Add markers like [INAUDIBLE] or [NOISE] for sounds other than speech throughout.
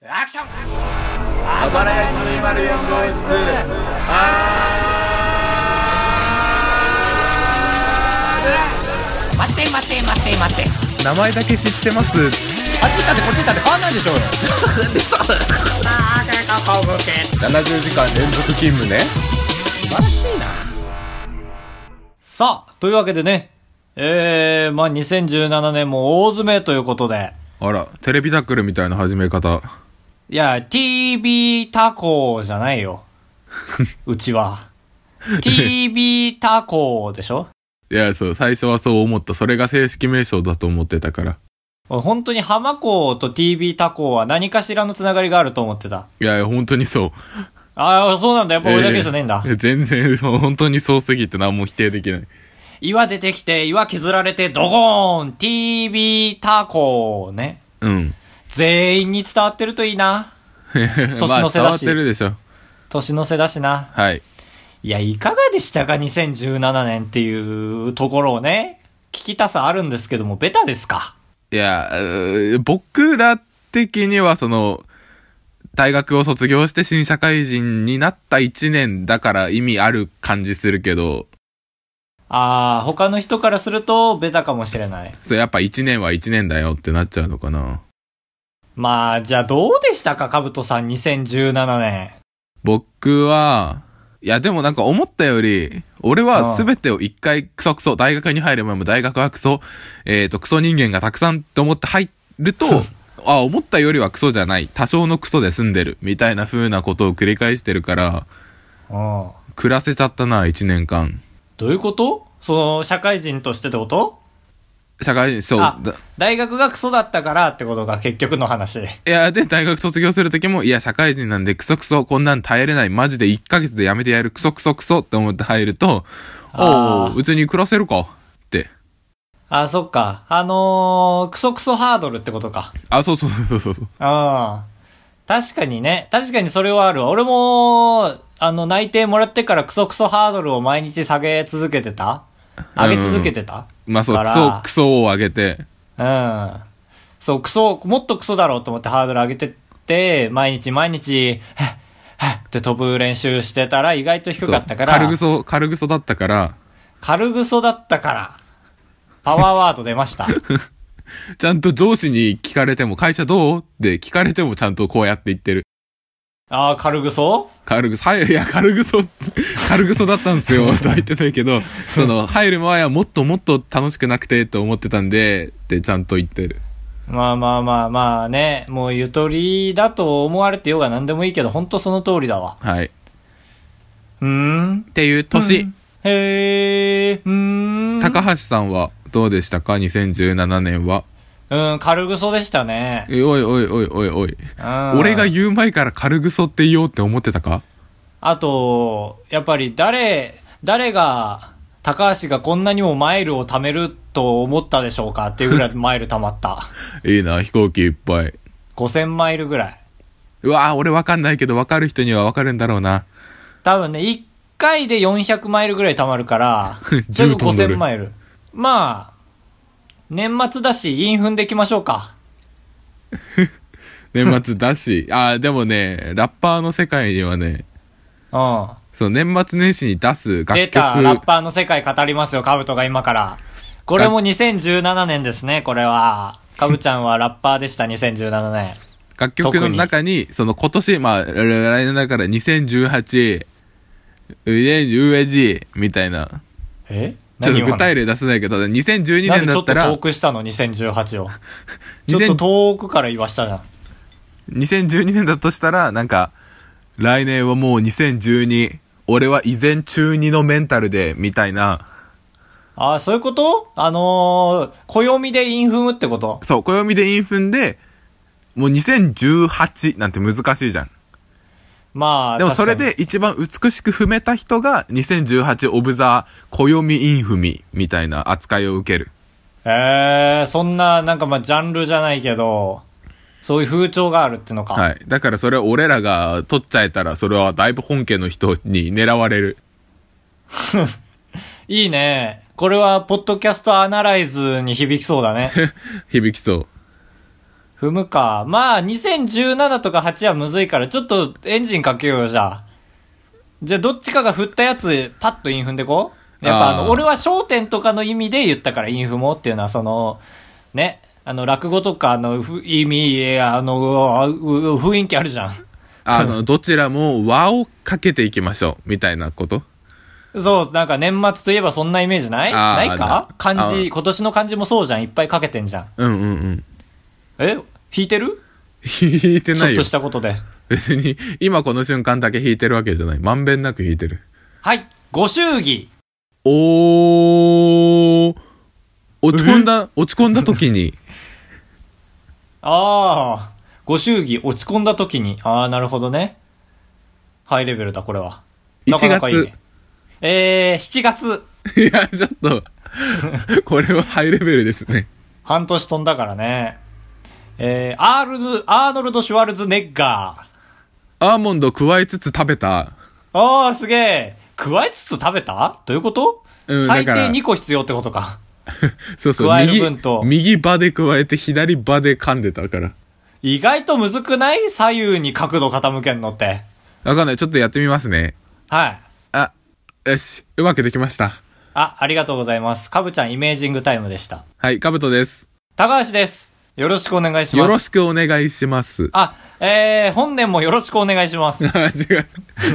アクションあばらや204号室待って待って待って待って名前だけ知ってますあっち行ったってこっち行ったって変わんないでしょうよ70時間連続勤務ね素晴らしいなさあ、というわけでね、えー、まあ、2017年も大詰めということで、あらテレビタックルみたいな始め方いや、TV タコじゃないよ。うちは。TV タコでしょいやそう最初はそう思ったそれが正式名称だと思ってたから本当に浜港と TV タコは何かしらのつながりがあると思ってた。いや本当にそうああ、そうなんだ。やっぱ俺だけじゃねえんだ。えー全然そう本当にそうすぎて何も否定できない岩出てきて、岩削られて、ドゴーン !TV タコね。 [LAUGHS] うん全員に伝わってるといいな。年の瀬まあ、伝わだっしてるでしょ年の瀬だしな。はいいや、いかがでしたか ?2017 年っていうところをね、聞きたさあるんですけども、ベタですかいやうー僕ら的にはその大学を卒業して新社会人になった1年だから意味ある感じするけどあー、他の人からすると、ベタかもしれない。そうやっぱ1年は1年だよってなっちゃうのかなまあ、じゃあどうでしたかかぶとさん2017年。僕は、いやでもなんか思ったより、俺は全てを一回クソクソ、大学に入る前も大学はクソ、えっ、とクソ人間がたくさんと思って入ると、あ、思ったよりはクソじゃない、多少のクソで済んでる、みたいな風なことを繰り返してるから、うん。暮らせちゃったな、1年間。どういうことその、社会人としてってこと社会人、そう。あだ、大学がクソだったからってことが結局の話。いや、で、大学卒業するときも、いや、社会人なんでクソクソ、こんなん耐えれない、マジで1ヶ月でやめてやる、クソクソクソって思って入ると、おあーう、別に暮らせるか、って。あ、そっか。あのー、クソクソハードルってことか。あ、そうそうそうそうそう。ああ。確かにね。確かにそれはあるわ。俺も、あの、内定もらってからクソクソハードルを毎日下げ続けてた上げ続けてた、まあそう、かクらソ、クソを上げて。うん。そう、クソ、もっとクソだろうと思ってハードル上げてって、毎日毎日、はっ、はっって飛ぶ練習してたら意外と低かったから、そう軽ぐそ、軽ぐそだったから、軽ぐそだったから、パワーワード出 [LAUGHS] ました。ちゃんと上司に聞かれても、会社どうって聞かれてもちゃんとこうやって言ってる。ああ、軽ぐそ軽ぐそ、はい、いや、軽ぐそ、 [LAUGHS] 軽ぐそだったんですよ、とは言ってないけど、その、入る前はもっともっと楽しくなくて、と思ってたんで、ってちゃんと言ってる。まあまあまあまあね、もうゆとりだと思われてようが何でもいいけど、ほんとその通りだわ。はい。っうーん。ていう年。へえ、うーん。高橋さんはどうでしたか ?2017 年は。うん、軽ぐそでしたね。えおいおいおいおいおい。うん俺が言う前から軽ぐそって言おうって思ってたかあと、やっぱり誰、誰が、高橋がこんなにもマイルを貯めると思ったでしょうかっていうぐらいマイル貯ま [LAUGHS] った。いいな、飛行機いっぱい。 5000マイルぐらい。うわぁ、俺わかんないけど、わかる人にはわかるんだろう [LAUGHS] な。多分ね、1回で400マイルぐらい貯ま [LAUGHS] るから、すぐ10飛んでる5000マイル。まあ、年末だし、インフンでいきましょうか。年末だ [LAUGHS] し。あーでもね、ラッパーの世界にはね、うん。その年末年始に出す楽曲。出た、ラッパーの世界語りますよ、カブトが今から。これも2017年ですね、これは。カブちゃんはラッパーでした、2017年。楽曲の中に、その今年、まあ、来年だから2018、2018みたいな。えちょっと具体例例出せないけど、2012なん年でちだょっったとら遠、くしたの、2018を。ちょっ2000と遠くから言わしたじゃん。 2012年だとしたら、なんか、来年はもう2012、俺は依然中二のメンタルで、みたいな。ああ、そういうことあのー、暦でインフムってことそう、暦でインフンで、もう2018なんて難しいじゃん。まあ、でもそ確かれにで一番美しく踏めた人が、2018オブザー、暦インフミ、みたいな扱いを受ける。ええー、そんな、なんかまあ、ジャンルじゃないけど、そういう風潮があるってのか。はい。だからそれは俺らが取っちゃえたら、それはだいぶ本家の人に狙われ [LAUGHS] る。いいね。これは、ポッドキャストアナライズに響きそうだね。響きそう。踏むか。まあ、2017とか8はむずいから、ちょっとエンジンかけようよ、じゃあ。じゃあ、どっちかが振ったやつ、パッとイン踏んでこう。やっぱ、ああの、ー俺は焦点とかの意味で言ったから、インフもっていうのは、その、ね、あの、落語とかのふ意味、あの、うわうう雰囲気あるじゃん。あ、その、どちらも和をかけていきましょう、みたいなことそう、なんか年末といえばそんなイメージないあなーいかな漢あ字、ー今年の漢字もそうじゃん。いっぱいかけてんじゃん。うんうんうん。 [LAUGHS] え弾いてる弾いてちなょいっよとし。たことで。別に、今この瞬間だけ弾いてるわけじゃない。まんべんなく弾いてる。はい。ご祝儀。おー、落ち込んだ、落ち込んだ時に、ああ。ご祝儀落ち込んだ時に。ああ、なるほどね。ハイレベルだ、これは。 [LAUGHS] なかなかいいね。えー、7月。 [LAUGHS] いや、ちょっと、これはハイレベルですね。半年飛んだからね。えー、アールヌ、アーノルド・シュワルズネッガー。アーモンド加えつつ食べた。ああ、すげえ。加えつつ食べたどういうこと、うん最低だから2個必要ってことか。そうそう、加える右分と右場で加えて左場で噛んでたから。意外とむずくない左右に角度傾けんのって。わかんない。ちょっとやってみますね。はい。あ、よし。うまくできました。あ、ありがとうございます。かぶちゃんイメージングタイムでした。はい、かぶとです。高橋です。よろしくお願いしよます。ろしくお願いします。あ、えー、本年もよろしくお願いします。あ、違う。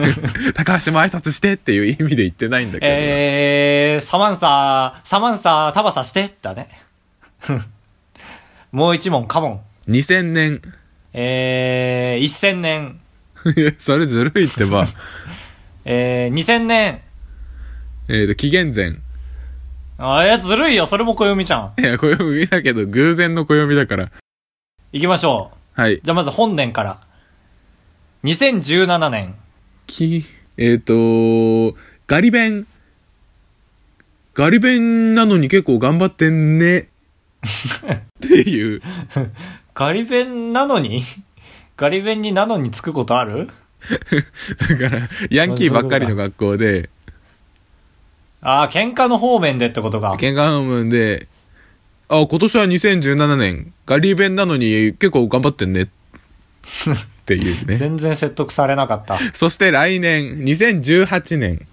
[LAUGHS] 高橋も挨拶してっていう意味で言ってないんだけど。えー、サマンサー、サマンサー、タバサして、だね。 [LAUGHS] もう一問、カモン。 2000年。えー、1000年。いやそれずるいって [LAUGHS] ば。えー、2000年。えっと、紀元前。あいや、ずるいよ。それも暦ちゃん。いや、暦だけど、偶然の暦だから。行きましょう。はい。じゃあまず本年から。2017年。き、えっ、と、ガリ弁。ガリ弁なのに結構頑張ってん [LAUGHS] ね。っていう。ガリ弁なのに [LAUGHS] ガリ弁になのにつくことあるだから、ヤンキーばっかりの学校で、ああ、喧嘩の方面でってことか。喧嘩本文で、あ、今年は2017年、ガリ弁なのに結構頑張ってんね。っていう [LAUGHS] ね。全然説得されなかった。そして来年、2018年。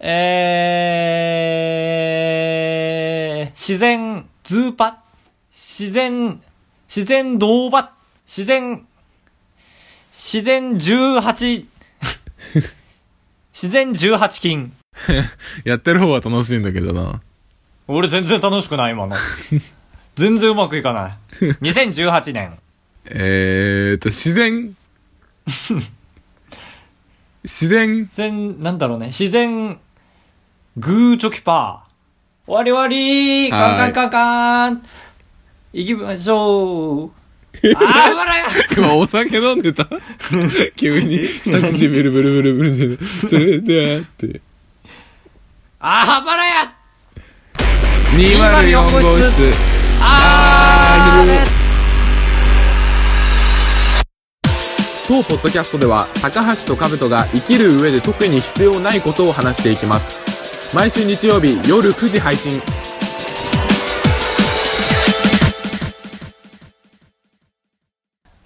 えー、自然、ズーパ、自然、自然動画、自然、自然18、自然18金。やってる方は楽しいんだけどな。俺全然楽しくない、今の。全然うまくいかない。2018年。えーと、自然。自然。自然、なんだろうね、自然、グーチョキパー。終わり終わりカンカンカンカン行きましょうあー、笑今お酒飲んでた急に。下口ブルブルブルブルで。それでは、って。あー、ばらや204号室。あー当ポッドキャストでは高橋と兜が生きる上で特に必要ないことを話していきます毎週日曜日夜9時配信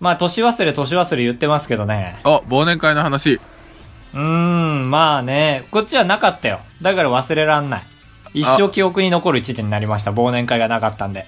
まあ、年忘れ、年忘れ言ってますけどね。あ忘年会の話うーん、まあね、こっちはなかったよ。だから忘れらんない。一生記憶に残る一年になりました。忘年会がなかったんで。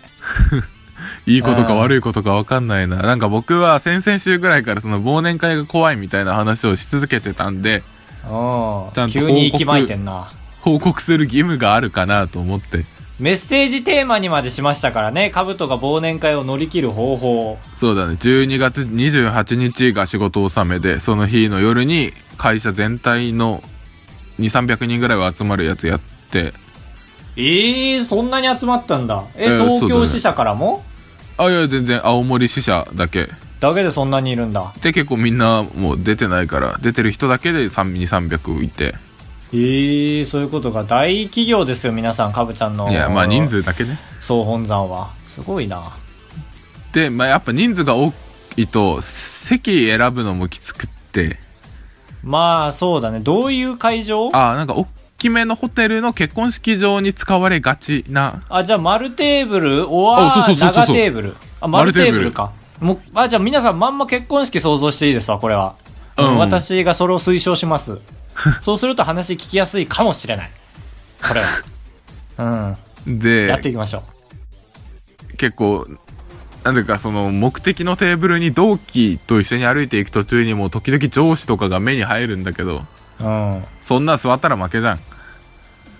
いいことかうん悪いことか分かんないななんか僕は先々週ぐらいからその忘年会が怖いみたいな話をし続けてたんでおちゃーんと急に息巻いてんな。報告する義務があるかなと思ってメッセージテーマにまでしましたからね、カブトが忘年会を乗り切る方法。そうだね12月28日が仕事納めでその日の夜に会社全体の2300人ぐらいは集まるやつやってええー、そんなに集まったんだ。え、えー東そうだ京ね支社からもあいや全然青森支社だけだ,、けでそんなにいるんだ。で結構みんなもう出てないから出てる人だけで300いてええー、そういうことが大企業ですよ、皆さん、カブちゃんの。いやまあ人。数だけね総本山は。すごいな。で、まあ、やっぱ人数が多いと席選ぶのもきつくってまあ、そうだね。どういう会場あああなんか大きめのホテルの結婚式場に使われがちなじゃあ丸テーブル、おわあそうそうそうそう長テーブル。あ、丸テーブルか。もう、あ、じゃあ皆さんまんま結婚式想像していいですわ、これは。うん私がそれを推奨し [LAUGHS] ます。そうすると話聞きやすいかもしれない。これは。うん。やってで、いきましょう。結構、なんていうか、その、目的のテーブルに同期と一緒に歩いていく途中にも、時々上司とかが目に入るんだけど、うん。そんな座ったら負けじゃん。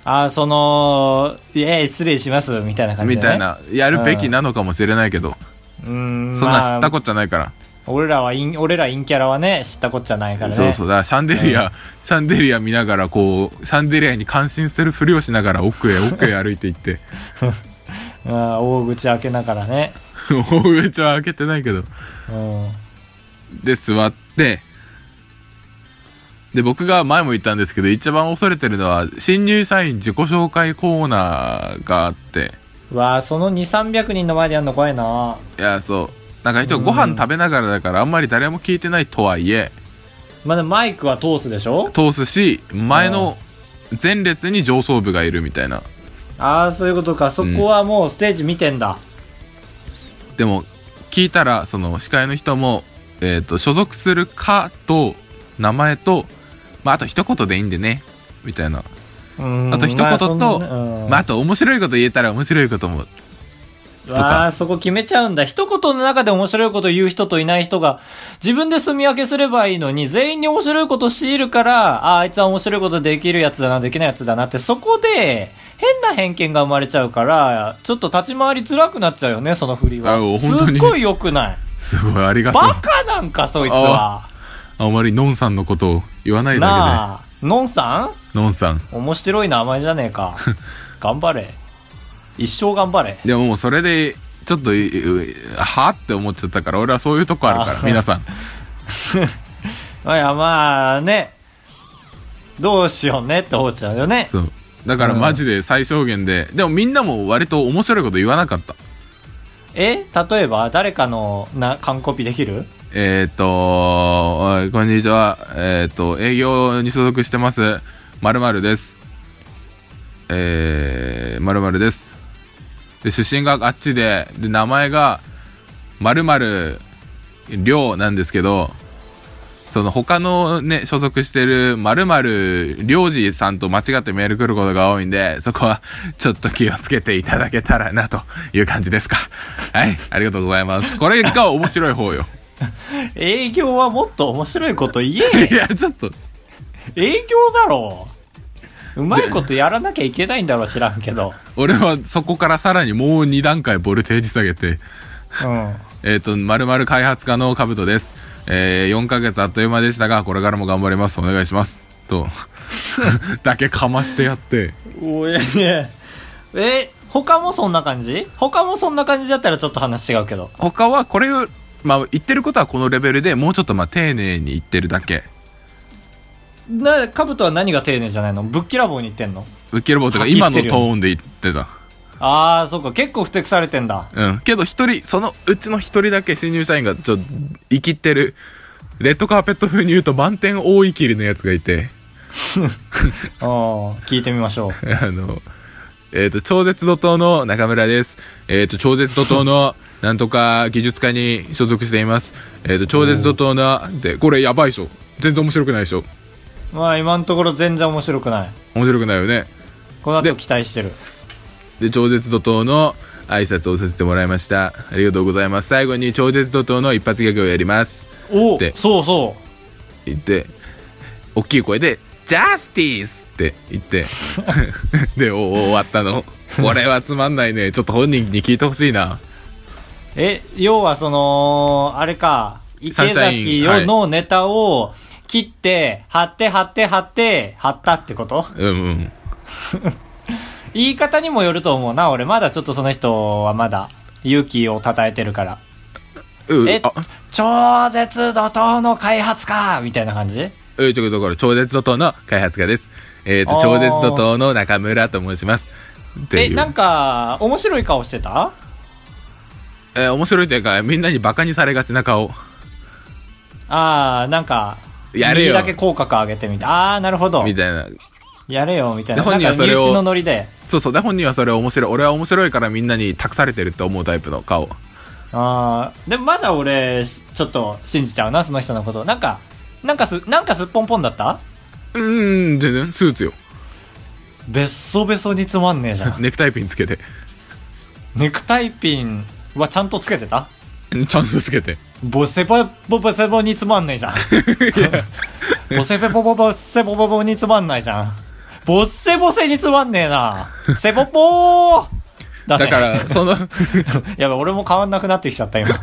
あ、その、いえ、失礼します、みたいな感じで、みね。たい。な、やるべきなのかもしれないけど、うん。そんな知まっあたこっちゃないから。俺らはイン、俺らインキャラはね、知ったこっちゃないからね。そうそう。だからシャンデリア、シャンデリア見ながら、こう、シャンデリアに感心するふりをしながら、奥へ奥へ歩いていって、うん、大口開けながらね。大口は開けてないけど。うん。で、座って、で、僕が前も言ったんですけど、一番恐れてるのは、新入社員自己紹介コーナーがあって、うわあその2、300人の前でやるの怖いないや、そう、なんか人ご飯食べながらだから、あんまり誰も聞いてないとはいえ、まあ、でもマイクは通すでしょ通すし、前の前列に上層部がいるみたいな。ああ、そういうことか。そこはもうステージ見てんだ。でも聞いたらその司会の人も、えー、と所属する「か」と名前と、まあ、あと一言でいいんでねみたいなうんあと一言と、まあまあそんなねうんあ、と面白いこと言えたら面白いこともわあ、そこ決めちゃうんだ。一言の中で面白いこと言う人といない人が、自分で住み分けすればいいのに、全員に面白いこと強いるから、ああ、あいつは面白いことできるやつだな、できないやつだなって、そこで、変な偏見が生まれちゃうから、ちょっと立ち回りづらくなっちゃうよね、その振りはあ。本す当にっごい良くない。すごいありがとうバカなんか、そいつは。あまりのんさんのことを言わないだなあ、のんさけんでのんさん面白い名前じゃねえか。頑張れ。一生頑張れ。でももうそれでちょっとううはって思っちゃったから俺はそういうとこあるからあ皆さんいや、まあね、どうしようねって思っちゃうよね。そうだからマジで最小限で、でもみんなも割と面白いこと言わなかったえ例えば、誰かのな完コピできるえっ、ー、とおい、こんにちは。えっ、ー、と、営業に所属してます、まるまるです。えー、まるまるです。で、出身があっちで、で、名前が、まるまる、りょうなんですけど、その他のね、所属してるまるまるりょうじさんと間違ってメール来ることが多いんで、そこはちょっと気をつけていただけたらなという感じですか。はい、ありがとうございます。これが面白い方よ。営業はもっと面白いこと言え [LAUGHS] いや、ちょっと、営業だろうまいことやらなきゃいけないんだろう知らんけど。俺はそこからさらにもう2段階ボルテージ下げて、うん。えっ、と、まるまる開発家のカブトです。えー、4ヶ月あっという間でしたが、これからも頑張ります。お願いします。と、だけかましてやって、おええ、え、他もそんな感じ他もそんな感じだったらちょっと話違うけど。他はこれを、まあ、言ってることはこのレベルでもうちょっとまあ、丁寧に言ってるだけ。な、カブトは何が丁寧じゃないのぶっきらぼうに言ってんのウッケルボートが今のトーンで言ってた。ああ、そうか、結構不適されてんだ。うん。けど一人、そのうちの一人だけ新入社員がちょっと、生きってる、レッドカーペット風に言うと満点大いきりのやつがいて、うん、聞いてみましょう。あの、えっ、と、超絶怒涛の中村です。えっ、と、超絶怒涛の、なんとか技術科に所属しています。えっ、と、超絶怒涛の、で、これやばいでしょ。全然面白くないでしょ。まあ今のところ全然面白くない。面白くないよね。こので後期待してる。で、超絶怒涛の挨拶をさせてもらいました。ありがとうございます。最後に超絶怒涛の一発ギャグをやります。おでそうそ言って、大きい声で、ジャスティスって言って、 [LAUGHS] で、おお終わったの。これはつまんないね。ちょっと本人に聞いてほしいな。う。え、要はその、あれか、池サンシャイ崎ンはいのネタを切って、貼って貼って貼って、貼ったってことうんうん。言い方にもよると思うな、俺。まだちょっとその人はまだ、勇気を称えてるから。うん、えあ、超絶怒涛の開発かみたいな感じえー、ということから、超絶怒涛の開発家です。えっ、あと、ー超絶怒涛の中村と申します。ってえ、いうなんか、面白い顔してたえー面白いというか、みんなにバカにされがちな顔。あー、なんか、やれよ右だけ口角上げてみたい。あー、なるほど。みたいな。やれよ、みたいな。で本人はなんかそれを身内のノリで。そうそう。で、本人はそれを面白い。俺は面白いからみんなに託されてると思うタイプの顔。うあーでもまだ俺、しちょっと信じちゃうな、その人のこと。なんか、なんかす、なんかすっぽんぽんだったうーん、全然、スーツよ。べっそべそにつまんねえじゃん。ネクタイピンつけて。ネクタイピンはちゃんとつけてたちゃんとつけて。ボセボボボセボにつまんねえじゃん。ボセボボボボセボボボにつまんないじゃん。ボッセボセにつまんねえな。セボボーだ,、ね、だから、そ [LAUGHS] の、やばい、俺も変わんなくなってきちゃった、今。 [LAUGHS]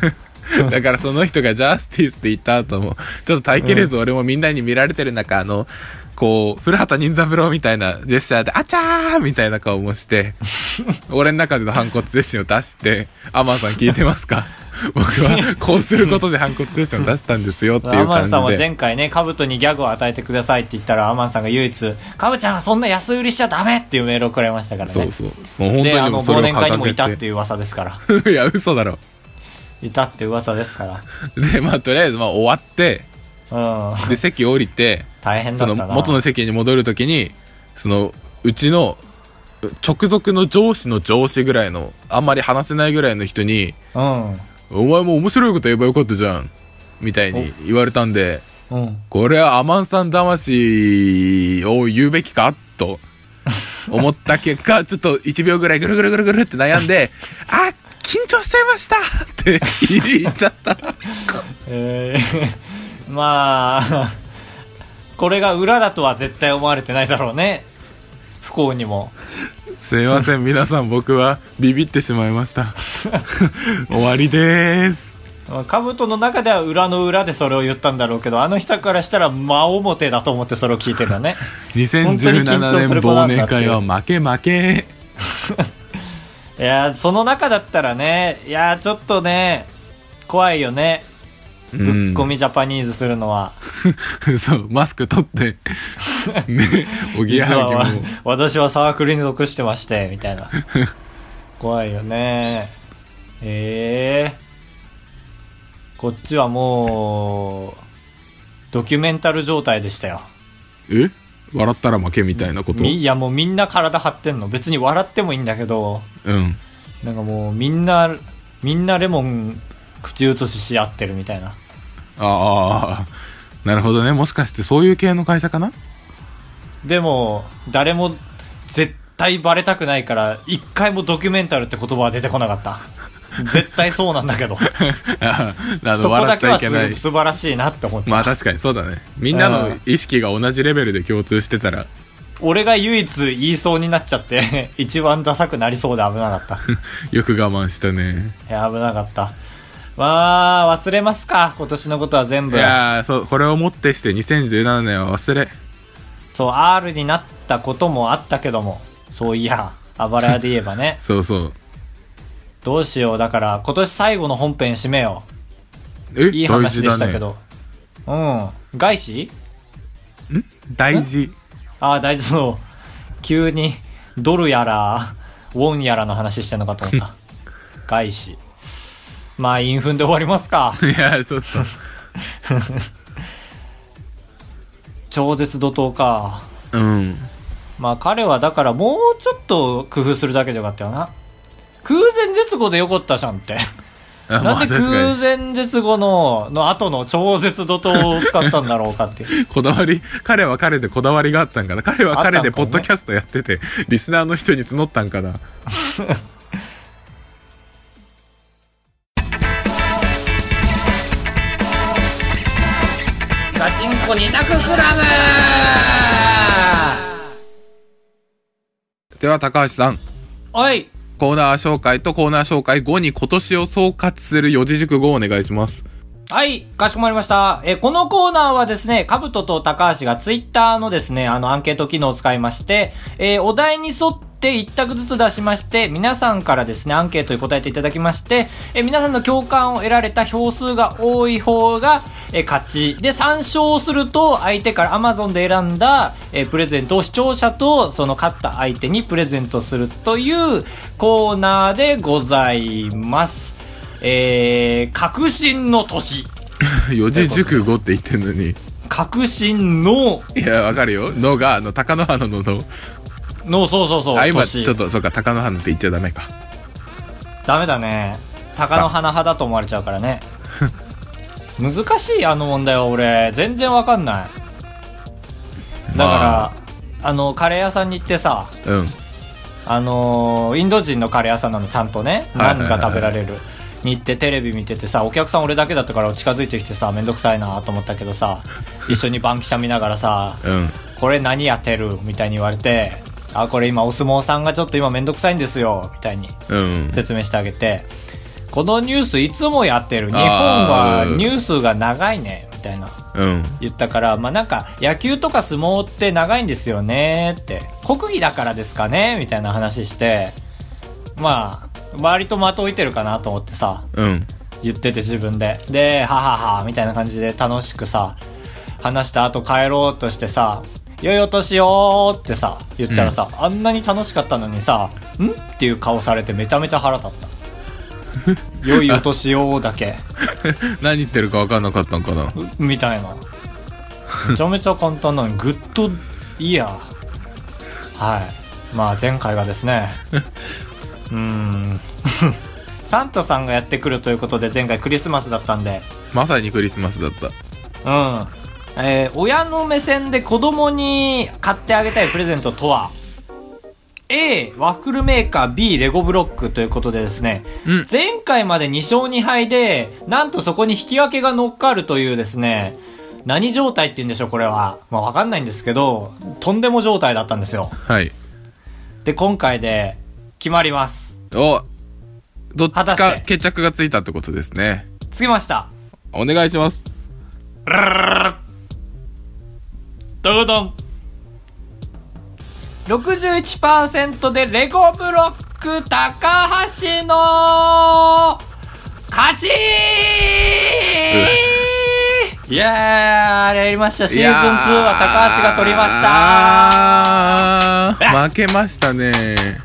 だからその人がジャスティスって言った後も、ちょっと耐えきれず俺もみんなに見られてる中、あの、こう、古畑任三郎みたいなジェスチャーで、あちゃーみたいな顔も [LAUGHS] して、俺の中での反骨精神を出して、アマンさん聞いてます [LAUGHS] か僕はこうすることで反骨精神を出したんですよっていアうマ感ンじさんはで。前回ね、カブトにギャグを与えてくださいって言ったら、アマンさんが唯一、カブちゃんはそんな安売りしちゃダメっていうメールをくれましたからね。そうそう。そう本当で、にあもの、うそ忘れを年会に掲もいたっげてて。いう噂ですから。 [LAUGHS] いや、嘘だろ。いたって噂ですかで、まあとりあえずまあ終わって、ら。うん。で、席降り [LAUGHS] て、大変だそったのな。元の席に戻るときにそのうちのう直属の上司の上司ぐらいのあんまり話せないぐらいの人に「お前も面白いこと言えばよかったじゃん」みたいに言われたんでうん。うん。これはアマンさん魂を言うべきか [LAUGHS] と思った結果ちょっと1秒ぐらいぐるぐるぐるぐるって悩んで「あ緊張しちゃいました!」って言っちゃった。えー [LAUGHS] まあこれが裏だとは絶対思われてないだろうね不幸にもすいません皆さん僕はビビってしまいました [LAUGHS] 終わりです兜の中では裏の裏でそれを言ったんだろうけどあの人からしたら真表だと思ってそれを聞いてる [LAUGHS] よね本当に緊2017張す年る子忘なんだ年って会は負け負けいやーその中だったらねいやーちょっとね怖いよねぶっうん込みジャパニーズするのは、そうマスク取っ [LAUGHS] てねおぎや実ははわぎも [LAUGHS] 私はサークルに属してましてみ [LAUGHS] たいな怖いよねええこっちはもうドキュメンタル状態でしたよえ笑ったら負けみたいなことみいやもうみんな体張ってんの別に笑ってもいいんだけどうんなんかもうみんなみんなレモン口移しし合ってるみたいなああなるほどねもしかしてそういう系の会社か [LAUGHS] なでも誰も絶対バレたくないから一回もドキュメンタルって言葉は出てこなかった絶対そうなんだけどあー [LAUGHS] あそのこ笑だっけちゃはいけないす素晴らしいなって思った、まあ確かにそうだねみんなの意識が同じレベルで共通してたら [LAUGHS] 俺が唯一言いそうになっちゃって [LAUGHS] 一番ダサくなりそうで危なか [LAUGHS] ったよく我慢したねいや危なかったまあ忘れますか今年のことは全い部やーそうこれをもってして2017年は忘れそう R になったこともあったけどもそういやあばらやで言えばねそうそうどうしようだから今年最後の本編締めよえういい話でしたけど、うん外資大事ああ、大丈夫。急に、ドルやら、ウォンやらの話してんのかと思った。外資。まあ、インフンで終わりますか。 [LAUGHS] いやちょっと超絶怒涛か。うんまあ、彼はだからもうちょっと工夫するだけでよかったよな。空前絶後でよかったじゃんって。あ [LAUGHS] まなんあで確空か前絶後の、の後の超絶怒涛を使ったんだろうかっていう。 [LAUGHS] にこだわり彼は彼でこだわりがあったんかな彼は彼あったんかでポねッドキャストやっててリスナーの人に募ったんかなガチンコ二択クラブでは高橋さんおいコーナー紹介とコーナー紹介後に今年を総括する四字熟語をお願いし [LAUGHS] ますはい、かしこまりました。えー、このコーナーはですね、カブトと高橋がツイッターのですね、あの、アンケート機能を使いまして、えーお題に沿って一択ずつ出しまして、皆さんからですね、アンケートに答えていただきまして、えー皆さんの共感を得られた票数が多い方が、えー勝ち。で、参照すると、相手から Amazon で選んだ、えープレゼントを視聴者と、その勝った相手にプレゼントするというコーナーでございます。えー、革新の年。四字熟語って言ってんのに革新の、いやわかるよのがあの高野花ののの、そうそうそう、あ今年ちょっとそうか高野花って言っちゃダメかダメだね。鷹の花派だと思われちゃうから [LAUGHS] ね難しいあの問題は俺全然わかんないだから、あのカレー屋さんに行ってさうん。あのーインド人のカレー屋さんなのちゃんとねはいはい何はいが食べられるに行ってテレビ見ててさお客さん俺だけだったから近づいてきてさめんどくさいなと思ったけど [LAUGHS] さ一緒にバンキシャ見ながらさうん。これ何やってるみたいに言われてあこれ今お相撲さんがちょっと今めんどくさいんですよみたいにうん。説明してあげて、このニュースいつもやってる。日本あーはニュースが長いね、みたいな。うん。言ったから、まあ、なんか、野球とか相撲って長いんですよねって、国技だからですかねみたいな話して、まあ、割と的を置いてるかなと思ってさ、うん。言ってて自分で。で、ははは、みたいな感じで楽しくさ、話した後帰ろうとしてさ、よいお年をってさ、言ったらさ、あんなに楽しかったのにさ、んっていう顔されてめちゃめちゃ腹立った。 [LAUGHS] 良いお年をだけ、何言ってるか分かんなかったんかな。うみたいな。めちゃめちゃ簡単なのに、グッドイヤー。はい。まあ前回がですね、うーん、 [LAUGHS] サンタさんがやってくるということで前回クリスマスだったんで、まさにクリスマスだった。うん。えー親の目線で子供に買ってあげたいプレゼントとは A、ワッフルメーカー、B、レゴブロックということでですね、うん前回まで2勝2敗で、なんとそこに引き分けが乗っかるというですね、何状態って言うんでしょう、これは。まあ、わかんないんですけど、とんでも状態だったんですよ。はい。で、今回で、決まります。お、どっ果ちたかして決着がついたってことですね。つけました。お願いします。ドドドン61%でレゴブロック高橋の勝ちいやー、あれやりました。シーズン2は高橋が取りました。いやー負けました [LAUGHS] ね。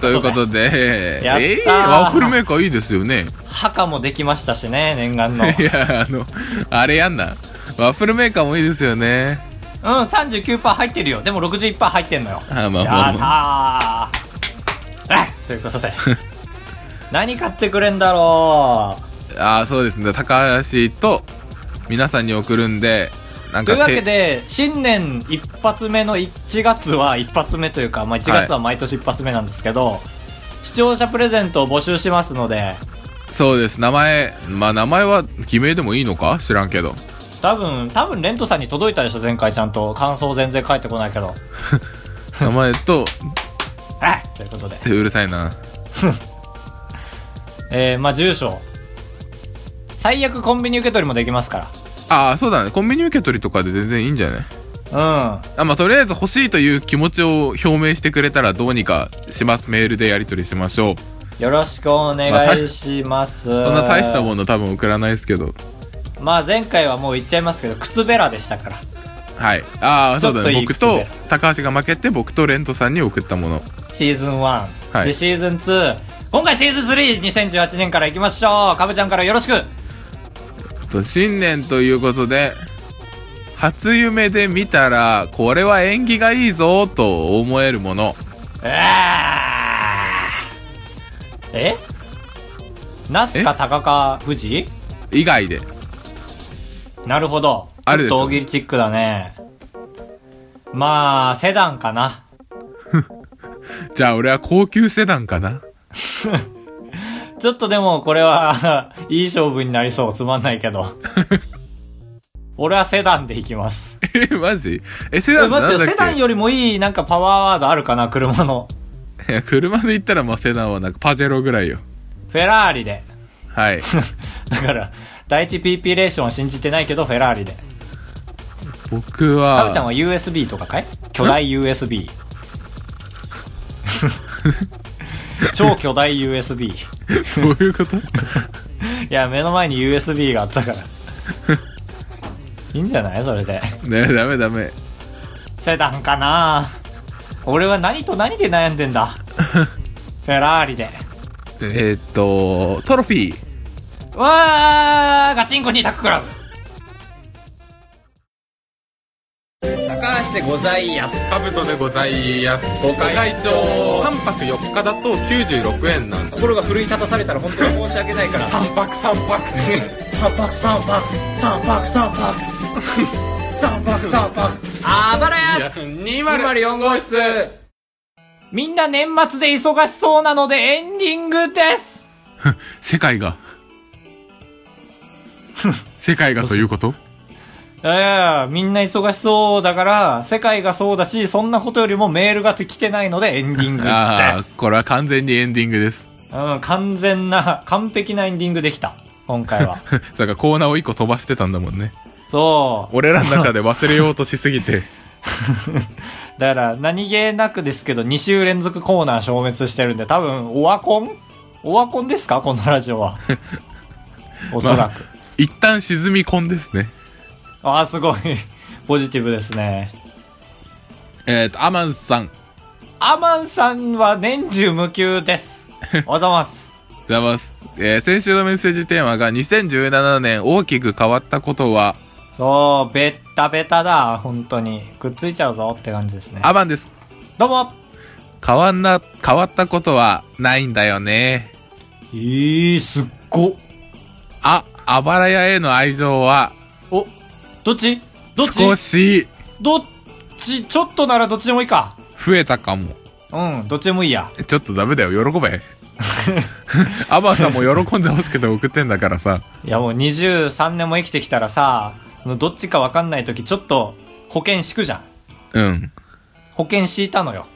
ということで、やったーえー、ワッフルメーカーいいですよね。墓もできましたしね、念願の。うん、 [LAUGHS] いや、あの、あれやんな。ワッフルメーカーもいいですよね。 39%入ってるよ。でも61%入ってんのよ。あまあまあまあやったーえっということで。何買ってくれんだろうああ、そうですね。高橋と皆さんに送るんで、なんとかいうわけてで、新年一発目の1月は、一発目というか、まあ1月は毎年一発目なんですけど、視聴者プレゼントを募集しますので、そうです。名前、まあ名前は偽名でもいいのか知らんけ [LAUGHS] ど。多分、多分レントさんに届いたでしょ、前回ちゃんと。感想全然返ってこないけど。名前と、えっということで。うるさいな。えー、まあ住所。最悪コンビニ受け取りもできますかああ、そうだね。コンビニ受け取りとかで全然いいんじゃないら。うん。あ、まあ、とりあえず欲しいという気持ちを表明してくれたらどうにかします。メールでやり取りしましょう。よろしくおまあ願大いします。そんな大したもの多分送らないですけど。まあ前回はもう言っちゃいますけど、靴べらでしたから。はい。ああ、そうだちょっとね。いい僕口でと、高橋が負けて、僕とレントさんに送ったもの。シーズン1、はいでシーズン2今回シーズン32018年からいきましょうかぶちゃんからよろしくと、新年ということで、初夢で見たら、これは縁起がいいぞ、と思えるもの。あーえナスか高か富士以外で。なるほどちあょるっでしょと大喜利チックだねまあセダンかなじゃあ俺は高級セダンかな。 [LAUGHS] ちょっとでもこれは [LAUGHS] いい勝負になりそうつまんないけど俺はセダンでいきます。え、マジえ、セダえンなんだ待っっけて、セダンよりもいいなんかパワーワードあるかな車の。いや車で言ったら、まあ、セダンはなんかパジェロぐらいよ。フェラーリで。 [LAUGHS] はい。だから、第一 PP レーションを信じてないけど、フェラーリで。僕タブちゃんは、は USB とかかい巨大 USB。超巨大 USB。いそういうことや、目の前に USB があっ [LAUGHS] たから。いいんじゃないそれで。ねダメダメ。セダンかな俺は何と何で悩んでんだフェラーリで。えーっと、トロフィー。うわーガチンコにタッククラブ高高橋でございやす。カブトでございますご会会長長3泊4日だと96円なんで心が奮い立たされたら本当に申し訳ないから。 3泊3泊って三泊三泊三泊三泊三泊三泊あばらいやや204号室みんな年末で忙しそうなのでエンディングです世界 [LAUGHS] が世界がということいやいやみんな忙しそうだから、世界がそうだし、そんなことよりもメールが来てないのでエンディングあであす。これは完全にエンディングです [LAUGHS] うん、完全な、完璧なエンディングできた。今回は。だからコーナーを1個飛ばしてたんだもんねそ [LAUGHS] う。俺らの中で忘れようとしすぎてだから、何気なくですけど、2週連続コーナー消滅してるんで、多分、オワコンオワコンですかこのラジオは。おそらく。 [LAUGHS] 一旦沈み込んですねああ、すごい。 [LAUGHS] ポジティブですね。えっ、とアマンさんアマンさんは年中無休 [LAUGHS] です。おはざます。ございます、えー先週のメッセージテーマが2017年大きく変わったことはそう、ベッタベタだ、本当に。くっついちゃうぞって感じですね。アマンですどうも変わんな変わったことはないんだよねえー、すっご。ああばら屋への愛情はお、どっちどっち少しどっちちょっとならどっちでもいいか。増えたかもうん、どっちでもいいや。ちょっとダメだよ喜 [LAUGHS] べアマンさんも喜んでほしくて送ってんだからさいやもう23年も生きてきたらさ、どっちかわかんない時ちょっと保険敷くじゃん。うん保険敷いたのよ。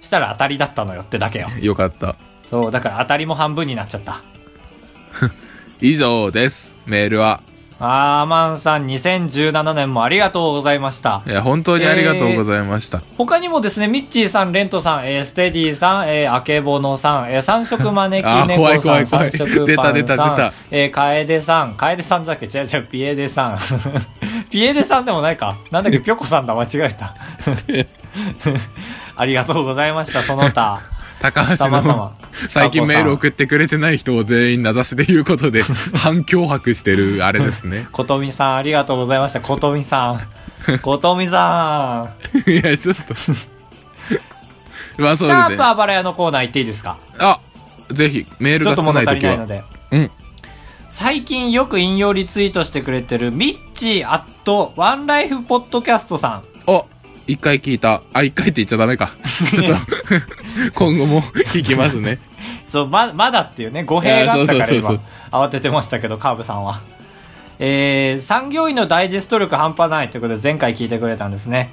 したら当たりだったのよってだけよ。よかったそう、だから当たりも半分になっちゃった。以上ですメールはあーマンさん2017年もありがとうございましたい。や本当にありがとうございました、他にもですね、ミッチーさん、レントさん、えーステディさん、えー、あけぼのさん、えー、三色招 [LAUGHS] きあー怖猫いさ怖ん、い怖三い色パンさん、出た出た出たえー、かえでさん、かえでさんだっけ違う違う、ピエデさん。 [LAUGHS] ピエデさんでもないか。なんだっけ、ぴょこさんだ、間違えた。 [LAUGHS] ありがとうございました、その他。高橋のたまたま [LAUGHS] 最近近メールく送ってくれてない人を全員名指しで言うことで [LAUGHS] 反脅迫してるあれですねことみさん、ありがとうございました、ことみさん。ことみさいやちょっ [LAUGHS] とまあ [LAUGHS] ん。そうシャーですプねあばら屋のコーナー行っていいですかあぜひメールちょが少っとな物い足り時ないはので。うん最近よく引用リツイートしてくれてるミッチーアットワンライフポッドキャストさん。お一回聞いたあ一回って言っちゃダメ [LAUGHS] かちょっと今後も聞きますねそう、ま、まだっていうね、語弊があったからいやそうそうそうそう今、慌ててましたけど、カーブさんは。えー、産業医のダイジェスト力半端ないということで前回聞いてくれたんですね。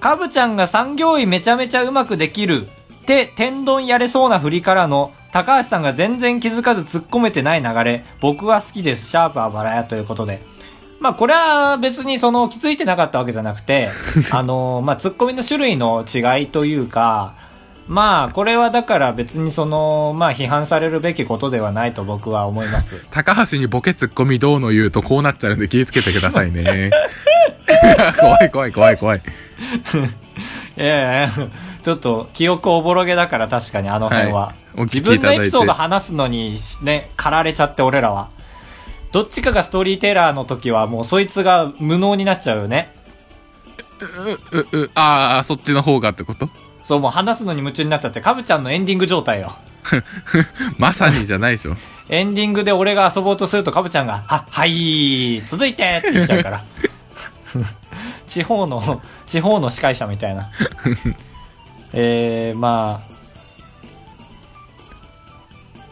カブちゃんが産業医めちゃめちゃうまくできるって天丼やれそうな振りからの高橋さんが全然気づかず突っ込めてない流れ、僕は好きです、シャープあばらやということで。まあこれは別にその気づいてなかったわけじゃなくて、あのーまあ突っ込みの種類の違いというか、まあこれはだから別にその、まあ批判されるべきことではないと僕は思います。 [LAUGHS] 高橋にボケツッコミどうの言うとこうなっちゃうんで気をつけてくださいね [LAUGHS] 怖い怖い怖い怖いえ [LAUGHS] えちょっと記憶おぼろげだから確かにあの辺は、はいお聞き自いただいて分のエピソード話すのにね駆られちゃって俺らはどっちかがストーリーテラーの時はもうそいつが無能になっちゃうよねううああそっちの方がってことそうもう話すのに夢中になっちゃってカブちゃんのエンディング状態よまさにじゃない [LAUGHS] でしょエンディングで俺が遊ぼうとするとカブちゃんが「ははい続いて!」って言っちゃうから [LAUGHS] 地方の地方の司会者みたい [LAUGHS] なえー、まあ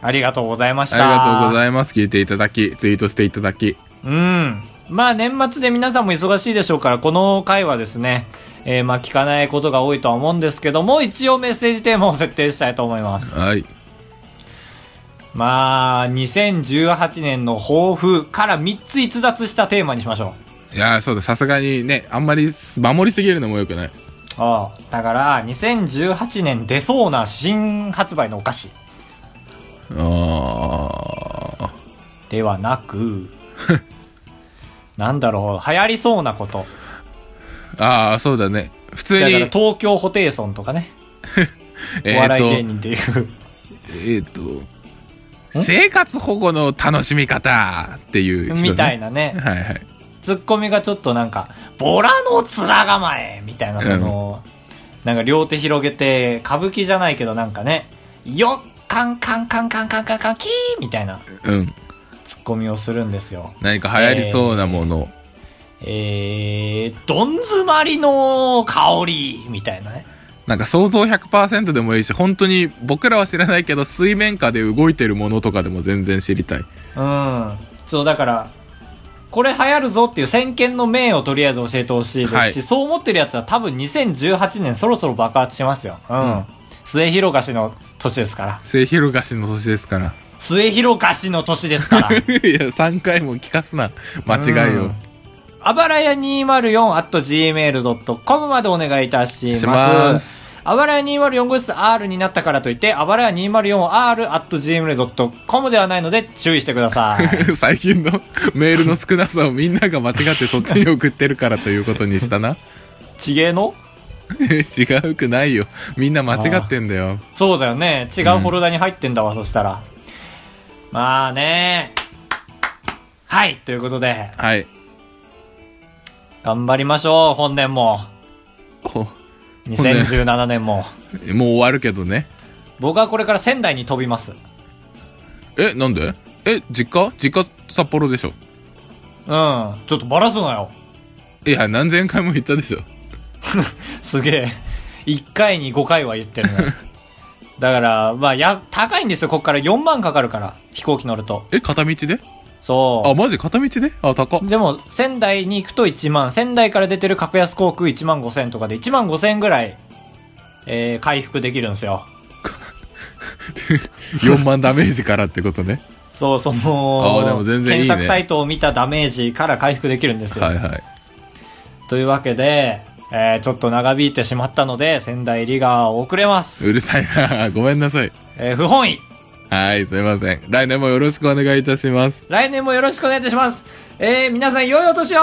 ありがとうございましあたりがとうございます。聞いていただき、ツイートしていただき。うん。まあ年末で皆さんも忙しいでしょうから、この回はですね、えーまあ聞かないことが多いとは思うんですけども、一応メッセージテーマを設定したいと思います。はい。まあ、2018年の抱負から3つ逸脱したテーマにしましょう。いやー、そうだ、さすがにね、あんまり守りすぎるのも良くない。ああだから、2018年出そうな新発売のお菓子あではなく、なんだろう、流行りそうなこと。ー。あー、そうだね。普通だからに、東京ホテイソンとかね、おえ笑い芸ー、と、人っていえっ、う。と、生活保護の楽しみ方っていう人ね、みたいなね。はいはい。ツッコミがちょっとなんか、ボラの面構えみたいな、その、なんか両手広げて、歌舞伎じゃないけどなんかね、よっカンカンカンカンカンカンカンキーみたいなうん。ツッコミをするんですよ。何か流行りそうなもの。えー、どん詰まりの香りみたいなね。なんか想像100%でもいいし、本当に僕らは知らないけど、水面下で動いてるものとかでも全然知りたい。うん。そう、だから、これ流行るぞっていう先見の明をとりあえず教えてほしいですし、はいそう思ってるやつは多分2018年そろそろ爆発しますよ。うん。末広がしの年ですから。末広がしの年ですから。 [LAUGHS] 末広がしの年です [LAUGHS] から。いや、3回も聞かすな。間違いを。あばらや 204.gmail.com までお願いいたします。しますあばらや204号室 R になったからといって、あばらや 204R.gmail.com ではないので注意してくださ [LAUGHS] [LAUGHS] い。最近のメールの少なさをみんなが間違ってそっちに送ってるからということにしたな。 [LAUGHS] ちげえの違うくないよ。みんな間違ってんだよ。そうだよね。違うフォルダに入ってんだわ、そしたら。まあね。はい、ということで、はい。頑張りましょう、本年も。おも2017年も。う終わるけどね。僕はこれから仙台に飛びます。え、なんでえ、実家実家札幌でしょうん。ちょっとバラすなよ。いや、何千回も言ったでしょ。すげえ。1回に5回は言ってる [LAUGHS] ね。だから、まあ、や、高いんですよ、こっから4万かかるから。飛行機乗ると。え、片道であ、そマジ片道であ、高っう。。でも、仙台に行くと1万、仙台から出てる格安航空1万5千とかで、1万5千ぐらい、えー、回復できるんですよ。 4万ダメージからってことね。そう、そあの、ーでも全然いいね検索サイトを見たダメージから回復できるんですよ。はいはい。というわけで、えー、ちょっと長引いてしまったので、仙台入りが遅れます。うるさいな。ごめんなさい。えー、不本意。はい、すいません。来年もよろしくお願いいたします。来年もよろしくお願いいたします。えー、皆さん、良いお年を